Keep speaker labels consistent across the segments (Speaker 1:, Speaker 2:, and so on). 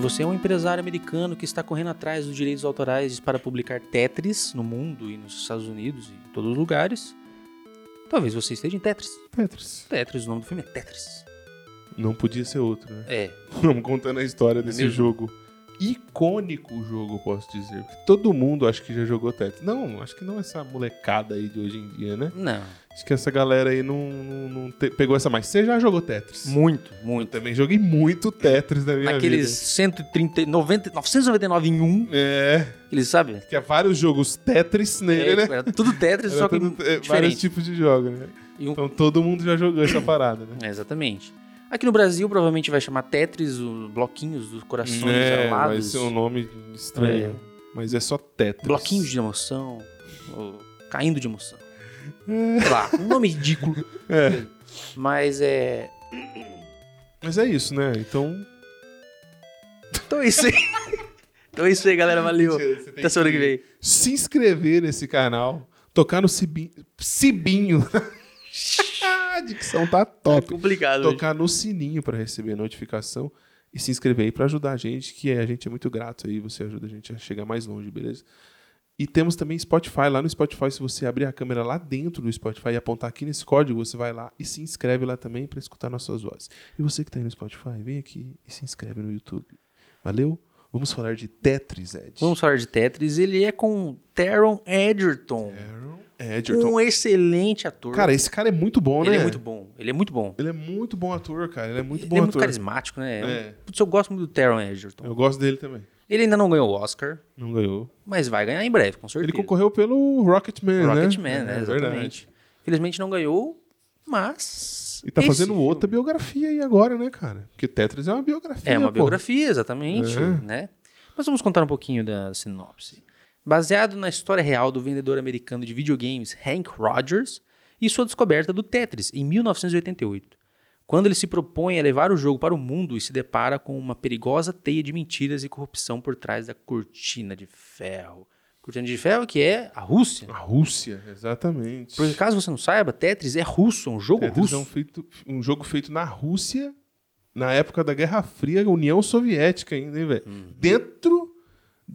Speaker 1: Você é um empresário americano que está correndo atrás dos direitos autorais para publicar Tetris no mundo e nos Estados Unidos e em todos os lugares. Talvez você esteja em Tetris.
Speaker 2: Tetris.
Speaker 1: Tetris, o nome do filme é Tetris.
Speaker 2: Não podia ser outro, né?
Speaker 1: É,
Speaker 2: Vamos contando a história desse
Speaker 1: Mesmo.
Speaker 2: jogo. Icônico o jogo, posso dizer. Porque Todo mundo acho que já jogou Tetris. Não, acho que não essa molecada aí de hoje em dia, né?
Speaker 1: não.
Speaker 2: Acho que essa galera aí não, não- não te- pegou essa mais. Você já jogou Tetris?
Speaker 1: Muito,
Speaker 2: Eu
Speaker 1: muito.
Speaker 2: também joguei muito Tetris na minha
Speaker 1: Naqueles 130, 90, 999 em 1,
Speaker 2: vida. É,
Speaker 1: eles sabem?
Speaker 2: tinha vários jogos Tetris nele, né?
Speaker 1: era tudo Tetris,
Speaker 2: Era
Speaker 1: É, só que
Speaker 2: tudo- é, vários
Speaker 1: diferente.
Speaker 2: tipos de jogos, né?
Speaker 1: E um-
Speaker 2: Então todo mundo já jogou essa parada, né?
Speaker 1: É, Exatamente. Aqui no Brasil provavelmente vai chamar Tetris, os bloquinhos dos corações
Speaker 2: É, vai
Speaker 1: alados,
Speaker 2: ser um nome estranho. Mas é só Tetris.
Speaker 1: bloquinhos de emoção, ou caindo de emoção. Sei lá, um nome ridículo.
Speaker 2: É.
Speaker 1: Mas é.
Speaker 2: Mas é isso, né? Então.
Speaker 1: Então é isso aí. então é isso aí, galera. Valeu. Até semana que vem.
Speaker 2: Se inscrever nesse canal, tocar no Cibi... Cibinho. A dicção tá
Speaker 1: É
Speaker 2: top.
Speaker 1: complicado. hoje.
Speaker 2: Tocar no sininho pra receber notificação e se inscrever aí pra ajudar a gente, que a gente é muito grato aí, você ajuda a gente a chegar mais longe, beleza? E temos também Spotify. Lá no Spotify, se você abrir a câmera lá dentro do Spotify e apontar aqui nesse código, você vai lá e se inscreve lá também pra escutar nossas vozes. E você que tá aí no Spotify, vem aqui e se inscreve no YouTube. Valeu? Vamos falar de Tetris, Ed.
Speaker 1: Vamos falar de Tetris. Ele é com Teron Edgerton.
Speaker 2: Aaron Edgerton.
Speaker 1: Um excelente ator.
Speaker 2: É, Cara, esse cara é muito bom,
Speaker 1: ele
Speaker 2: né?
Speaker 1: é muito bom. Ele é muito bom.
Speaker 2: Ele é muito bom ator, cara. Ele é muito
Speaker 1: ele
Speaker 2: bom
Speaker 1: é muito
Speaker 2: ator.
Speaker 1: carismático, né?
Speaker 2: É.
Speaker 1: Putz, eu gosto muito do Teron Edgerton.
Speaker 2: Eu gosto dele também.
Speaker 1: Ele ainda não ganhou o Oscar,
Speaker 2: Não ganhou.
Speaker 1: mas vai ganhar em breve, com certeza.
Speaker 2: Ele concorreu pelo Rocketman, né?
Speaker 1: Rocketman, né?
Speaker 2: É, verdade.
Speaker 1: Exatamente. Infelizmente não ganhou, mas.
Speaker 2: E tá
Speaker 1: esse
Speaker 2: fazendo
Speaker 1: filme-
Speaker 2: outra biografia aí agora, né, cara? Porque Tetris é uma biografia,
Speaker 1: É uma
Speaker 2: pô.
Speaker 1: biografia, exatamente,
Speaker 2: É.
Speaker 1: né? Mas vamos contar um pouquinho da sinopse. Baseado na história real do vendedor americano de videogames Hank Rogers e sua descoberta do Tetris em 1988, quando ele se propõe a levar o jogo para o mundo e se depara com uma perigosa teia de mentiras e corrupção por trás da cortina de ferro. Cortina de ferro que é a Rússia.
Speaker 2: A Rússia, exatamente.
Speaker 1: Por caso você não saiba, Tetris é russo, é um jogo
Speaker 2: Tetris
Speaker 1: russo.
Speaker 2: é um, feito- um jogo feito na Rússia, na época da Guerra Fria, União Soviética ainda, hein, velho?
Speaker 1: Uhum.
Speaker 2: Dentro...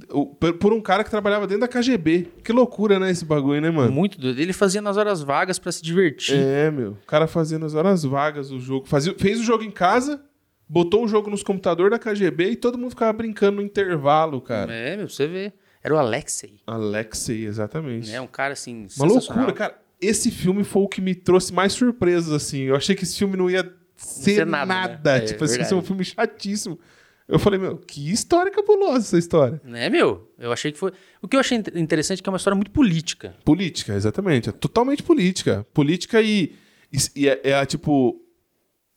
Speaker 2: o- Por por um cara que trabalhava dentro da KGB. Que loucura, né, esse bagulho, né, mano?
Speaker 1: Muito doido. Ele fazia nas horas vagas pra se divertir.
Speaker 2: É, meu. O cara fazendo as horas vagas o jogo. Fazia, fez o jogo em casa, botou o jogo nos computadores da KGB e todo mundo ficava brincando no intervalo, cara.
Speaker 1: É, meu, você vê. Era o Alexei,
Speaker 2: Alexei, exatamente.
Speaker 1: né? Um cara assim.
Speaker 2: Uma
Speaker 1: sensacional.
Speaker 2: loucura, cara. Esse filme foi o que me trouxe mais surpresas, assim. Eu achei que esse filme não ia ser,
Speaker 1: ser nada,
Speaker 2: nada.
Speaker 1: né? É,
Speaker 2: Tipo, assim,
Speaker 1: verdade.
Speaker 2: isso é um filme chatíssimo. Eu falei, meu, que história cabulosa essa história.
Speaker 1: Né, meu? Eu achei que foi. O que eu achei in- interessante é que é uma história muito política.
Speaker 2: Política, exatamente. É totalmente política. Política e, e, e é, é a, tipo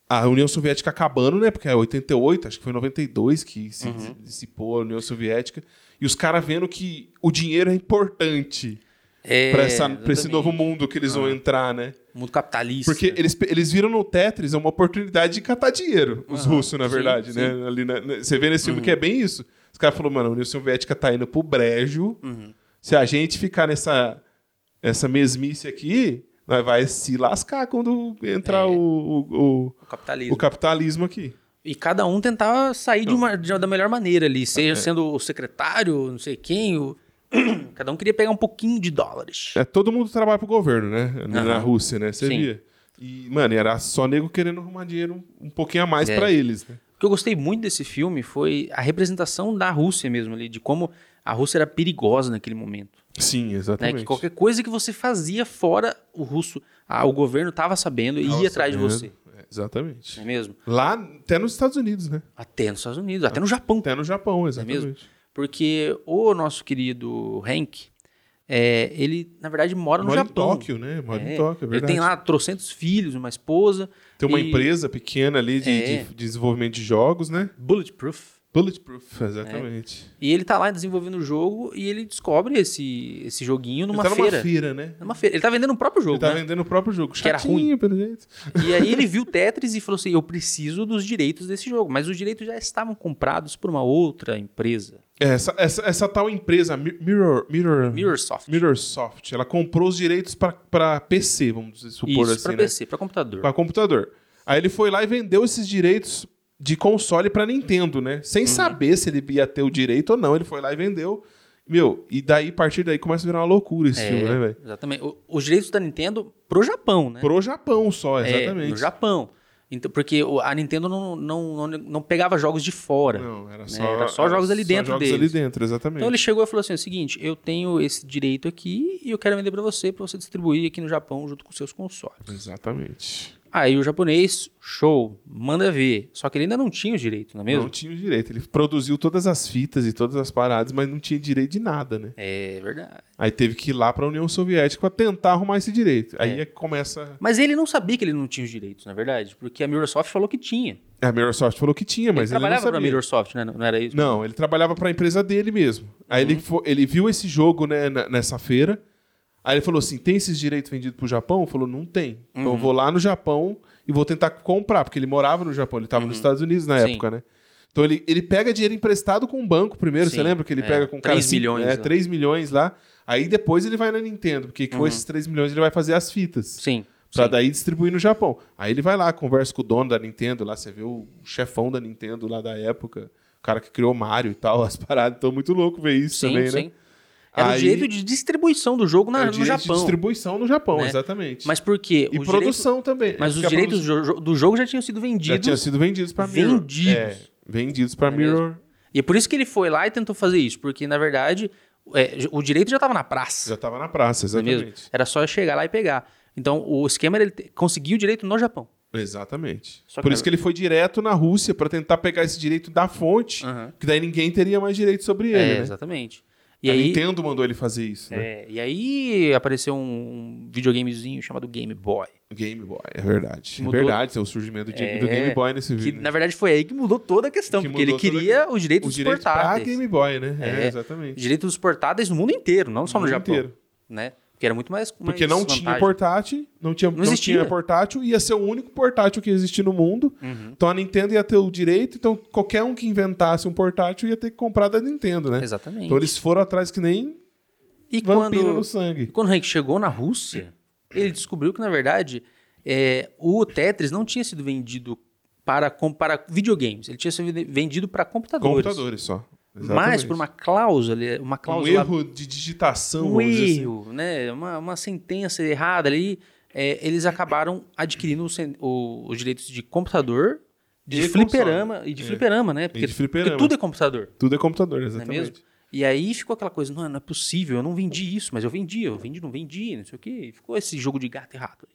Speaker 2: a União Soviética acabando, né? Porque é 88, acho que foi 92 que se
Speaker 1: Uhum.
Speaker 2: dissipou a União Soviética. E os caras vendo que o dinheiro é importante
Speaker 1: É,
Speaker 2: pra essa- pra esse
Speaker 1: exatamente. Uhum.
Speaker 2: novo mundo que eles vão entrar, né?
Speaker 1: Mundo capitalista. né?
Speaker 2: Porque eles, pe- eles viram no Tetris é uma oportunidade de catar dinheiro, os
Speaker 1: Aham,
Speaker 2: russos,
Speaker 1: sim,
Speaker 2: na
Speaker 1: Uhum.
Speaker 2: verdade, né? Ali na- na- você vê nesse filme que é bem isso. Os caras falaram, mano, a União Soviética tá indo pro brejo.
Speaker 1: Uhum.
Speaker 2: Se a gente ficar nessa essa mesmice aqui, nós vai se lascar quando entrar
Speaker 1: É.
Speaker 2: o, o,
Speaker 1: O
Speaker 2: o,
Speaker 1: capitalismo.
Speaker 2: o capitalismo aqui.
Speaker 1: E cada um tentava sair de uma, de- da melhor maneira ali, seja
Speaker 2: É.
Speaker 1: sendo o secretário, não sei quem, o... cada um queria pegar um pouquinho de dólares.
Speaker 2: É, todo mundo trabalha pro governo, né? Na
Speaker 1: Aham.
Speaker 2: Rússia, né? Você
Speaker 1: Sim.
Speaker 2: via. E, mano, era só nego querendo arrumar dinheiro um pouquinho a mais
Speaker 1: É.
Speaker 2: pra eles, né?
Speaker 1: O que eu gostei muito desse filme foi a representação da Rússia mesmo ali, de como a Rússia era perigosa naquele momento.
Speaker 2: Sim,
Speaker 1: Né?
Speaker 2: exatamente.
Speaker 1: Que qualquer coisa que você fazia fora o russo, ah, o governo estava sabendo e ia atrás de você.
Speaker 2: Tá É, exatamente.
Speaker 1: Não é mesmo?
Speaker 2: Lá, até nos Estados Unidos, né?
Speaker 1: Até nos Estados Unidos, até no Japão.
Speaker 2: Até no Japão,
Speaker 1: é
Speaker 2: exatamente.
Speaker 1: mesmo? Porque o nosso querido Hank, é, ele, na verdade, mora no
Speaker 2: Mora em
Speaker 1: Japão.
Speaker 2: Tóquio, né? Mora
Speaker 1: É.
Speaker 2: em Tóquio, é
Speaker 1: ele
Speaker 2: verdade.
Speaker 1: tem lá trocentos filhos, uma esposa.
Speaker 2: Tem uma
Speaker 1: e-
Speaker 2: empresa pequena ali de,
Speaker 1: É.
Speaker 2: de desenvolvimento de jogos, né?
Speaker 1: Bulletproof.
Speaker 2: Bulletproof, exatamente.
Speaker 1: E ele tá lá desenvolvendo o jogo e ele descobre esse, esse joguinho numa
Speaker 2: ele tá
Speaker 1: feira.
Speaker 2: numa feira, né?
Speaker 1: Numa feira. Ele tá vendendo o próprio jogo,
Speaker 2: Ele tá
Speaker 1: né?
Speaker 2: vendendo o próprio jogo.
Speaker 1: Que era
Speaker 2: Chatinho, pelo jeito.
Speaker 1: E aí ele viu o Tetris e falou assim: eu preciso dos direitos desse jogo. Mas os direitos já estavam comprados por uma outra empresa,
Speaker 2: É, essa, essa, essa tal empresa, Mi- Mirror, Mirror,
Speaker 1: Mirrorsoft.
Speaker 2: Uhum. Mirrorsoft, ela comprou os direitos pra- pra PC, vamos supor
Speaker 1: Isso,
Speaker 2: assim,
Speaker 1: pra
Speaker 2: né?
Speaker 1: PC, pra computador.
Speaker 2: Pra computador. Aí ele foi lá e vendeu esses direitos de console pra Nintendo, né? Sem
Speaker 1: Uhum.
Speaker 2: saber se ele ia ter o direito ou não. Ele foi lá e vendeu. Meu, e daí, a partir daí, começa a virar uma
Speaker 1: É,
Speaker 2: loucura esse filme, né, velho?
Speaker 1: Exatamente. O- os direitos da Nintendo pro Japão, né?
Speaker 2: Pro Japão só,
Speaker 1: É,
Speaker 2: exatamente.
Speaker 1: no Japão. Então, porque o- a Nintendo não, não, não, não pegava jogos de fora.
Speaker 2: Não, era
Speaker 1: né?
Speaker 2: só,
Speaker 1: Era só jogos ali dentro
Speaker 2: jogos
Speaker 1: deles.
Speaker 2: ali dentro, exatamente.
Speaker 1: Então ele chegou e falou assim: o seguinte, eu tenho esse direito aqui e eu quero vender pra você, pra você distribuir aqui no Japão junto com seus consoles.
Speaker 2: Exatamente.
Speaker 1: Aí o japonês, show, manda ver. Só que ele ainda não tinha o direito, não é mesmo?
Speaker 2: Não tinha o direito. Ele produziu todas as fitas e todas as paradas, mas não tinha direito de nada, né?
Speaker 1: É verdade.
Speaker 2: Aí teve que ir lá pra União Soviética pra tentar arrumar esse direito. Aí
Speaker 1: É.
Speaker 2: começa.
Speaker 1: Mas ele não sabia que ele não tinha os direitos, na verdade, porque a Microsoft falou que tinha.
Speaker 2: A Microsoft falou que tinha, mas
Speaker 1: ele
Speaker 2: ele, não
Speaker 1: trabalhava pra
Speaker 2: sabia.
Speaker 1: Microsoft, né? Uhum. Não não era isso?
Speaker 2: Não, ele trabalhava pra empresa dele mesmo. Aí ele, fo- ele viu esse jogo né, na- nessa feira. Aí ele falou assim: tem esses direitos vendidos pro Japão? Falou, não tem. Então
Speaker 1: Uhum.
Speaker 2: eu vou lá no Japão e vou tentar comprar, porque ele morava no Japão, ele tava nos Estados Unidos na
Speaker 1: Uhum. Sim.
Speaker 2: época, né? Então ele, ele pega dinheiro emprestado com o banco primeiro,
Speaker 1: Sim,
Speaker 2: você lembra que ele
Speaker 1: é,
Speaker 2: pega com o cara.
Speaker 1: três
Speaker 2: assim,
Speaker 1: milhões,
Speaker 2: É,
Speaker 1: né?
Speaker 2: 3 milhões lá. Aí depois ele vai na Nintendo, porque
Speaker 1: Uhum.
Speaker 2: com esses 3 milhões ele vai fazer as fitas.
Speaker 1: Sim.
Speaker 2: Pra
Speaker 1: sim.
Speaker 2: daí distribuir no Japão. Aí ele vai lá, conversa com o dono da Nintendo lá, você vê o chefão da Nintendo lá da época, o cara que criou Mario e tal, as paradas. Então, muito louco ver isso
Speaker 1: Sim,
Speaker 2: também, né?
Speaker 1: sim. Era o
Speaker 2: Aí-
Speaker 1: direito de distribuição do jogo na-
Speaker 2: É o
Speaker 1: no
Speaker 2: direito de
Speaker 1: Japão.
Speaker 2: distribuição no Japão,
Speaker 1: né?
Speaker 2: exatamente.
Speaker 1: Mas por quê?
Speaker 2: e
Speaker 1: Os direitos-
Speaker 2: produção também.
Speaker 1: Mas
Speaker 2: Porque
Speaker 1: os
Speaker 2: a
Speaker 1: direitos
Speaker 2: produção
Speaker 1: do jo- do jogo já tinham sido
Speaker 2: já tinham
Speaker 1: vendidos.
Speaker 2: sido vendidos pra Mirror.
Speaker 1: Vendidos.
Speaker 2: É, vendidos pra
Speaker 1: Não é
Speaker 2: Mirror.
Speaker 1: E é por isso que ele foi lá e tentou fazer isso, porque na verdade é, o direito já estava na praça,
Speaker 2: Já tava na praça,
Speaker 1: não é mesmo?
Speaker 2: exatamente.
Speaker 1: Era só eu chegar lá e pegar. Então o esquema era ele te- conseguir o direito no Japão.
Speaker 2: Exatamente.
Speaker 1: Só que
Speaker 2: Por
Speaker 1: na-
Speaker 2: isso que ele foi direto na Rússia pra tentar pegar esse direito da fonte,
Speaker 1: Aham.
Speaker 2: que daí ninguém teria mais direito sobre ele,
Speaker 1: É,
Speaker 2: né?
Speaker 1: exatamente. E
Speaker 2: a
Speaker 1: aí,
Speaker 2: Nintendo mandou ele fazer isso, né?
Speaker 1: é, e aí apareceu um, um videogamezinho chamado Game Boy.
Speaker 2: Game Boy, é verdade.
Speaker 1: Mudou-
Speaker 2: É verdade, tem o surgimento de-
Speaker 1: É,
Speaker 2: do Game Boy nesse
Speaker 1: Que
Speaker 2: vídeo.
Speaker 1: na verdade foi aí que mudou toda a questão,
Speaker 2: Uhum. Que
Speaker 1: porque ele
Speaker 2: mudou toda a-
Speaker 1: queria os direitos
Speaker 2: o
Speaker 1: dos
Speaker 2: direito pra
Speaker 1: portáteis.
Speaker 2: Game Boy, né? É,
Speaker 1: É.
Speaker 2: exatamente.
Speaker 1: Direito dos portáteis no mundo inteiro, não só no
Speaker 2: mundo
Speaker 1: Japão.
Speaker 2: inteiro.
Speaker 1: Né? Porque era muito mais.
Speaker 2: Porque
Speaker 1: mais
Speaker 2: não tinha
Speaker 1: vantagem.
Speaker 2: portátil, não tinha, não
Speaker 1: existia.
Speaker 2: tinha portátil, ia ser o único portátil que ia existir no mundo.
Speaker 1: Uhum.
Speaker 2: Então a Nintendo ia ter o direito, então qualquer um que inventasse um portátil ia ter que comprar da Nintendo, né?
Speaker 1: Exatamente.
Speaker 2: Então eles foram atrás que nem
Speaker 1: E
Speaker 2: vampiro
Speaker 1: quando,
Speaker 2: no sangue.
Speaker 1: E quando o Hank chegou na Rússia, ele descobriu que, na verdade, é, o Tetris não tinha sido vendido para, com- para videogames, ele tinha sido vendido para computadores.
Speaker 2: Computadores só.
Speaker 1: Mas por uma cláusula, uma
Speaker 2: um
Speaker 1: cláusula.
Speaker 2: erro de digitação,
Speaker 1: um
Speaker 2: vamos dizer assim.
Speaker 1: erro, né? Uma, uma sentença errada ali. é, eles acabaram adquirindo o sen- o- os direitos de computador, de
Speaker 2: E
Speaker 1: fliperama
Speaker 2: console.
Speaker 1: e de
Speaker 2: É.
Speaker 1: fliperama, né? Porque,
Speaker 2: de fliperama.
Speaker 1: porque tudo é computador,
Speaker 2: Tudo é computador,
Speaker 1: não é
Speaker 2: exatamente.
Speaker 1: mesmo? E aí ficou aquela coisa, não, não é possível, eu não vendi isso, mas eu vendi, eu vendi, não vendi, não sei o quê. Ficou esse jogo de gato e rato.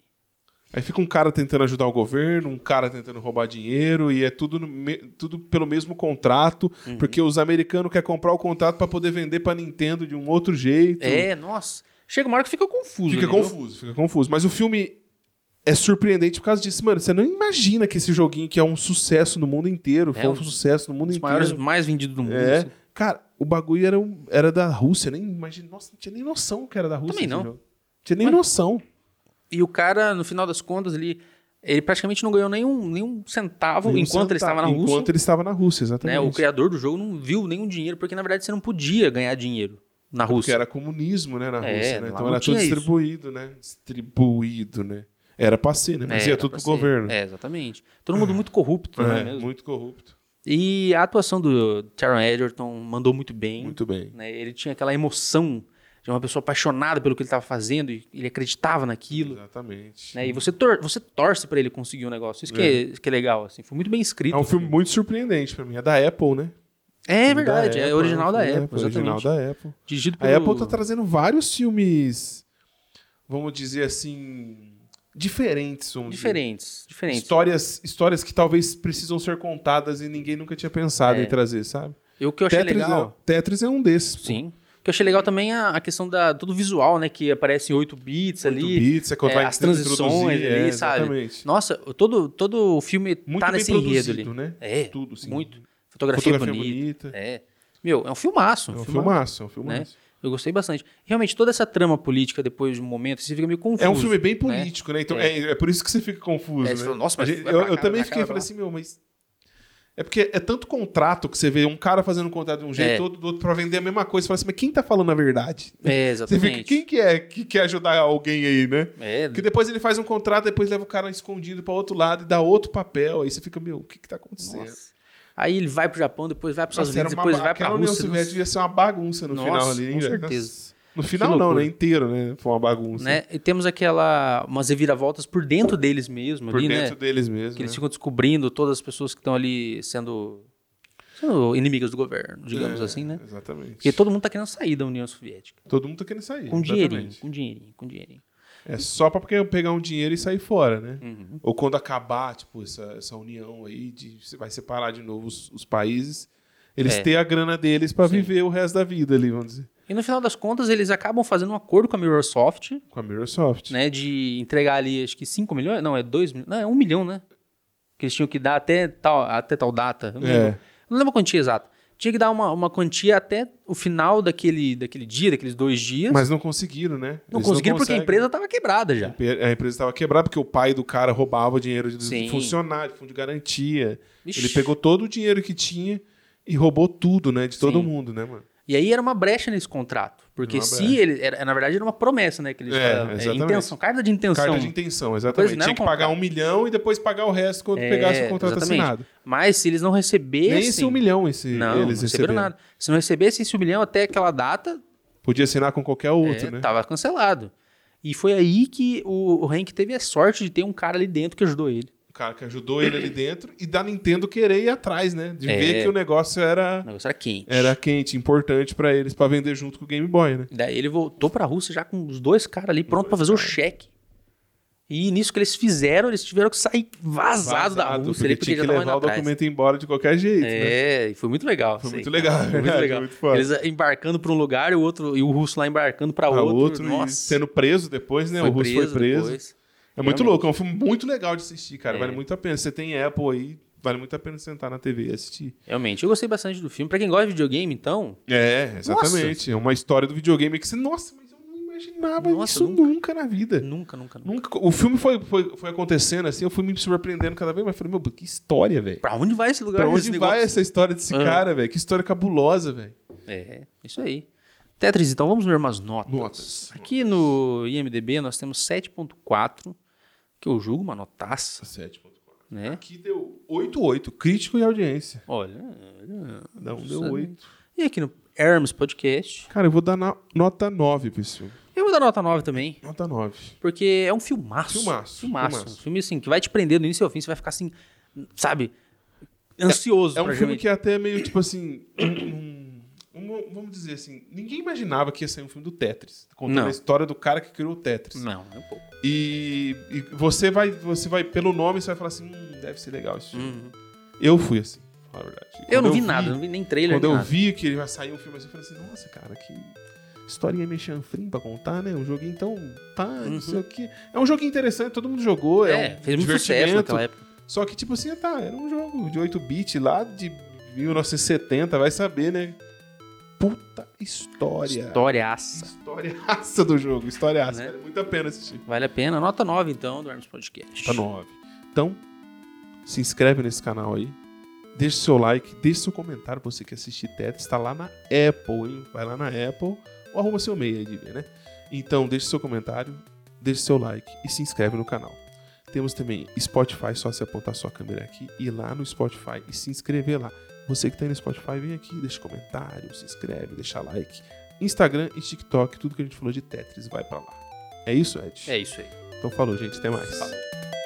Speaker 2: Aí fica um cara tentando ajudar o governo, um cara tentando roubar dinheiro, e é tudo, no me- tudo pelo mesmo contrato,
Speaker 1: Uhum.
Speaker 2: porque os americanos querem comprar o contrato para poder vender para Nintendo de um outro jeito.
Speaker 1: É, nossa. Chega uma hora que fica confuso.
Speaker 2: fica
Speaker 1: né,
Speaker 2: confuso, fica confuso. Mas o filme é surpreendente por causa disso, mano. Você não imagina que esse joguinho que é um sucesso no mundo inteiro, foi um
Speaker 1: um-
Speaker 2: sucesso no mundo
Speaker 1: viu? Os
Speaker 2: inteiro.
Speaker 1: maiores, mais vendidos do mundo.
Speaker 2: É.
Speaker 1: assim.
Speaker 2: Cara, o bagulho era, um- era da Rússia, nem imagina, nossa, não tinha nem noção que era da Rússia.
Speaker 1: Também
Speaker 2: esse
Speaker 1: não.
Speaker 2: jogo. Tinha nem
Speaker 1: Mas-
Speaker 2: noção.
Speaker 1: E o cara, no final das contas, ele, ele praticamente não ganhou nenhum, nenhum centavo
Speaker 2: Nenhum
Speaker 1: enquanto ele
Speaker 2: centavo.
Speaker 1: estava na
Speaker 2: Enquanto
Speaker 1: Rússia.
Speaker 2: ele estava na Rússia,
Speaker 1: Né?
Speaker 2: exatamente.
Speaker 1: O criador do jogo não viu nenhum dinheiro, porque na verdade você não podia ganhar dinheiro na
Speaker 2: Porque
Speaker 1: Rússia.
Speaker 2: era comunismo, né, na
Speaker 1: É,
Speaker 2: Rússia,
Speaker 1: lá
Speaker 2: né?
Speaker 1: não
Speaker 2: Então era
Speaker 1: tinha
Speaker 2: tudo
Speaker 1: isso.
Speaker 2: distribuído, né? Distribuído, né? Era pra ser, né? Mas
Speaker 1: É,
Speaker 2: ia
Speaker 1: dá
Speaker 2: tudo
Speaker 1: pra
Speaker 2: pro
Speaker 1: ser.
Speaker 2: governo.
Speaker 1: É, exatamente. Todo mundo muito corrupto, né?
Speaker 2: É,
Speaker 1: mesmo?
Speaker 2: muito corrupto.
Speaker 1: E a atuação do Taron Edgerton mandou muito bem.
Speaker 2: Muito bem.
Speaker 1: né? Ele tinha aquela emoção de uma pessoa apaixonada pelo que ele estava fazendo, e ele acreditava naquilo.
Speaker 2: Exatamente.
Speaker 1: né? E você, tor- você torce pra ele conseguir um negócio. Isso que, é. que é legal, assim. Foi muito bem escrito.
Speaker 2: É um filme muito surpreendente pra mim. É da Apple, né?
Speaker 1: É
Speaker 2: Filme
Speaker 1: verdade, é
Speaker 2: da Apple,
Speaker 1: original
Speaker 2: um
Speaker 1: da
Speaker 2: filme
Speaker 1: Apple,
Speaker 2: Original
Speaker 1: exatamente. Tipo-
Speaker 2: da Apple.
Speaker 1: Dirigido
Speaker 2: A
Speaker 1: pelo...
Speaker 2: Apple tá trazendo vários filmes, vamos dizer assim, diferentes. Vamos dizer.
Speaker 1: Diferentes, diferentes.
Speaker 2: Histórias, histórias que talvez precisam ser contadas e ninguém nunca tinha pensado
Speaker 1: É.
Speaker 2: em trazer, sabe?
Speaker 1: E o que eu achei
Speaker 2: Tetris,
Speaker 1: legal...
Speaker 2: é, Tetris é um desses. pô.
Speaker 1: Sim. O que eu achei legal também é a a questão da, todo o visual, né? Que aparece em 8 bits
Speaker 2: Muito
Speaker 1: ali.
Speaker 2: bits, é quando
Speaker 1: é,
Speaker 2: vai
Speaker 1: as transições
Speaker 2: introduzir,
Speaker 1: ali,
Speaker 2: é,
Speaker 1: sabe?
Speaker 2: Exatamente.
Speaker 1: Nossa, todo, todo o filme
Speaker 2: Muito
Speaker 1: tá
Speaker 2: bem
Speaker 1: nesse enredo ali.
Speaker 2: produzido, né?
Speaker 1: É,
Speaker 2: Tudo, sim.
Speaker 1: muito.
Speaker 2: Fotografia,
Speaker 1: Fotografia, bonita.
Speaker 2: bonita.
Speaker 1: É. Meu, é um filmaço. né?
Speaker 2: É um filmaço, é um filmaço.
Speaker 1: Eu gostei bastante. Realmente, toda essa trama política, depois de um momento, você fica meio confuso.
Speaker 2: É um filme bem político, né? Então é. é por isso que você fica confuso,
Speaker 1: É,
Speaker 2: né?
Speaker 1: você fala, nossa, mas
Speaker 2: A gente-
Speaker 1: vai
Speaker 2: eu,
Speaker 1: pra
Speaker 2: eu
Speaker 1: cá,
Speaker 2: também
Speaker 1: vai pra
Speaker 2: fiquei
Speaker 1: cá, vai pra
Speaker 2: falei
Speaker 1: lá.
Speaker 2: assim, meu, mas É porque é tanto contrato que você vê um cara fazendo um contrato de um jeito,
Speaker 1: É.
Speaker 2: outro do outro pra vender a mesma coisa. Você fala assim, mas quem tá falando a verdade?
Speaker 1: É,
Speaker 2: assim, Você fica,
Speaker 1: exatamente.
Speaker 2: quem que é que quer ajudar alguém aí, né?
Speaker 1: É,
Speaker 2: Porque depois ele faz um contrato, depois leva o cara escondido pra outro lado e dá outro papel. Aí você fica, meu, o que que tá acontecendo?
Speaker 1: nossa. Aí ele vai pro Japão, depois vai pros Estados
Speaker 2: Nossa, Assim, era
Speaker 1: Unidos,
Speaker 2: uma
Speaker 1: depois
Speaker 2: ba-
Speaker 1: vai pra
Speaker 2: aquela União
Speaker 1: Rússia. né?
Speaker 2: Soviética ia ser uma bagunça no
Speaker 1: Nossa,
Speaker 2: final ali, hein,
Speaker 1: com
Speaker 2: velho?
Speaker 1: certeza.
Speaker 2: Nossa. No final não,
Speaker 1: loucura.
Speaker 2: né? Inteiro, né? Foi uma bagunça.
Speaker 1: né? E temos aquela umas reviravoltas por dentro deles mesmo
Speaker 2: Por
Speaker 1: ali,
Speaker 2: dentro
Speaker 1: né?
Speaker 2: deles mesmo.
Speaker 1: Que eles
Speaker 2: né?
Speaker 1: ficam descobrindo todas as pessoas que estão ali sendo, sendo inimigas do governo, digamos
Speaker 2: É,
Speaker 1: assim, né?
Speaker 2: Exatamente.
Speaker 1: Porque todo mundo tá querendo sair da União Soviética.
Speaker 2: Todo mundo tá querendo sair.
Speaker 1: Com dinheirinho,
Speaker 2: exatamente.
Speaker 1: com dinheirinho, com dinheirinho.
Speaker 2: É só pra porque eu pegar um dinheiro e sair fora, né?
Speaker 1: Uhum.
Speaker 2: Ou quando acabar, tipo, essa, essa união aí, de, você vai separar de novo os, os países, eles
Speaker 1: É.
Speaker 2: têm a grana deles pra
Speaker 1: Sim.
Speaker 2: viver o resto da vida ali, vamos dizer.
Speaker 1: E no final das contas, eles acabam fazendo um acordo com a Microsoft,
Speaker 2: Com a Microsoft.
Speaker 1: né? De entregar ali, acho que 5 milhões? Não, é 2 milhões. Não, é 1 milhão, né? Que eles tinham que dar até tal, até tal data. Eu não,
Speaker 2: É.
Speaker 1: lembro. Eu não lembro a quantia exata. Tinha que dar uma, uma quantia até o final daquele, daquele dia, daqueles dois dias.
Speaker 2: Mas não conseguiram, né? Eles
Speaker 1: não conseguiram porque a
Speaker 2: conseguem.
Speaker 1: empresa estava quebrada já.
Speaker 2: A empresa estava quebrada porque o pai do cara roubava o dinheiro de
Speaker 1: Sim.
Speaker 2: funcionário, fundo de garantia.
Speaker 1: Ixi.
Speaker 2: Ele pegou todo o dinheiro que tinha e roubou tudo, né? De todo
Speaker 1: Sim.
Speaker 2: mundo, né, mano?
Speaker 1: E aí era uma brecha nesse contrato. Porque
Speaker 2: Uma
Speaker 1: se
Speaker 2: brecha.
Speaker 1: ele. Era, na verdade, era uma promessa, né? Que eles
Speaker 2: É,
Speaker 1: falaram,
Speaker 2: exatamente.
Speaker 1: intenção, carta de intenção.
Speaker 2: Carta de intenção,
Speaker 1: Pois
Speaker 2: exatamente.
Speaker 1: não,
Speaker 2: Tinha que
Speaker 1: contrato.
Speaker 2: pagar um milhão e depois pagar o resto quando
Speaker 1: É,
Speaker 2: pegasse o contrato
Speaker 1: exatamente.
Speaker 2: assinado.
Speaker 1: Mas se eles não recebessem.
Speaker 2: Nem esse um milhão esse,
Speaker 1: Não,
Speaker 2: eles
Speaker 1: não receberam
Speaker 2: receberam.
Speaker 1: nada. Se não recebessem esse um milhão até aquela data, é,
Speaker 2: Podia assinar com qualquer outro, né?
Speaker 1: Tava cancelado. E foi aí que o, o Hank teve a sorte de ter um cara ali dentro que ajudou ele.
Speaker 2: O cara que ajudou ele ali dentro e da Nintendo querer ir atrás, né? De
Speaker 1: É.
Speaker 2: ver que o negócio
Speaker 1: O
Speaker 2: era,
Speaker 1: negócio era quente.
Speaker 2: era quente, importante pra eles, pra vender junto com o Game Boy, né?
Speaker 1: Daí ele voltou pra Rússia já com os dois caras ali pronto pra fazer o cheque. E nisso que eles fizeram, eles tiveram que sair vazado, da
Speaker 2: Vazado,
Speaker 1: Rússia.
Speaker 2: porque
Speaker 1: Ele podia
Speaker 2: tinha que
Speaker 1: já tava indo
Speaker 2: levar o
Speaker 1: atrás.
Speaker 2: documento embora de qualquer jeito, né?
Speaker 1: É, e foi muito legal.
Speaker 2: Foi
Speaker 1: isso
Speaker 2: muito
Speaker 1: aí,
Speaker 2: legal,
Speaker 1: cara. Foi muito
Speaker 2: verdade,
Speaker 1: legal.
Speaker 2: muito foda.
Speaker 1: Eles embarcando pra um lugar e o outro e o russo lá embarcando pra
Speaker 2: pra
Speaker 1: outro.
Speaker 2: outro, e
Speaker 1: Nossa,
Speaker 2: sendo preso depois, né?
Speaker 1: foi
Speaker 2: o russo foi preso.
Speaker 1: depois.
Speaker 2: É muito
Speaker 1: Realmente.
Speaker 2: louco, é um filme muito legal de assistir, cara.
Speaker 1: É.
Speaker 2: Vale muito a pena. Você tem Apple aí, vale muito a pena sentar na TV e assistir.
Speaker 1: Realmente, eu gostei bastante do filme. Pra quem gosta de videogame, então,
Speaker 2: É, exatamente. É uma história do videogame que você, nossa, mas eu não imaginava
Speaker 1: Nossa,
Speaker 2: isso
Speaker 1: nunca.
Speaker 2: nunca. na vida.
Speaker 1: nunca, nunca, nunca.
Speaker 2: Nunca. O filme foi, foi, foi acontecendo assim, eu fui me surpreendendo cada vez mais. Falei, meu, que história, velho.
Speaker 1: Pra onde vai esse lugar?
Speaker 2: Pra
Speaker 1: esse
Speaker 2: onde
Speaker 1: negócio?
Speaker 2: vai essa história desse
Speaker 1: Ah.
Speaker 2: cara, velho? Que história cabulosa, velho.
Speaker 1: É, isso aí. Tetris, então vamos ver umas notas.
Speaker 2: Notas.
Speaker 1: Aqui no IMDB nós temos 7.4, que eu julgo uma notaça,
Speaker 2: 7.4.
Speaker 1: né?
Speaker 2: Aqui deu 8,8, crítico e audiência.
Speaker 1: Olha,
Speaker 2: Não, deu
Speaker 1: Nossa,
Speaker 2: 8.
Speaker 1: e aqui no Hermes Podcast,
Speaker 2: Cara, eu vou dar na- nota 9 pra esse filme.
Speaker 1: eu vou dar nota 9 também,
Speaker 2: Nota 9.
Speaker 1: porque é um filmaço.
Speaker 2: Filmaço,
Speaker 1: Filmaço.
Speaker 2: filmaço.
Speaker 1: Um filme assim, que vai te prender do início ao fim, você vai ficar assim, sabe, ansioso.
Speaker 2: É um filme
Speaker 1: praticamente.
Speaker 2: que é até meio tipo assim. um- um- um- vamos dizer assim, ninguém imaginava que ia sair um filme do Tetris. Contando
Speaker 1: Não.
Speaker 2: a história do cara que criou o Tetris.
Speaker 1: Não, nem um pouco.
Speaker 2: E, e você vai, você vai, pelo nome, você vai falar assim, hum, deve ser legal esse filme.
Speaker 1: Uhum.
Speaker 2: Eu fui assim, na verdade.
Speaker 1: Eu
Speaker 2: Quando
Speaker 1: não vi nada, não vi nem trailer,
Speaker 2: Quando
Speaker 1: nem
Speaker 2: eu
Speaker 1: nada.
Speaker 2: vi que ele vai sair um filme assim, eu falei assim, nossa, cara, que historinha meio chanfrim pra contar, né? Um joguinho tão pá, não sei o quê. É um jogo interessante, todo mundo jogou, é,
Speaker 1: Uhum. É,
Speaker 2: um
Speaker 1: fez muito sucesso
Speaker 2: divertimento.
Speaker 1: naquela época.
Speaker 2: Só que, tipo assim, tá, era um jogo de 8-bit lá de 1970, vai saber, né? Puta história.
Speaker 1: Historiaça.
Speaker 2: Historiaça do jogo, historiaça.
Speaker 1: Né?
Speaker 2: Vale muito a pena assistir.
Speaker 1: Vale a pena. Nota 9, então, do Hermes Podcast.
Speaker 2: Tá 9. Então, se inscreve nesse canal aí. Deixe seu like, deixe seu comentário, você que assistir Tetris, tá lá na Apple, hein? Vai lá na Apple ou arroba seu e-mail aí de ver, né? Então, deixe seu comentário, deixe seu like e se inscreve no canal. Temos também Spotify, só você apontar sua câmera aqui e ir lá no Spotify e se inscrever lá. Você que tá aí no Spotify, vem aqui, deixa comentário, se inscreve, deixa like. Instagram e TikTok, tudo que a gente falou de Tetris vai pra lá. É isso, Ed?
Speaker 1: É isso aí.
Speaker 2: Então falou, gente, até mais.
Speaker 1: Falou.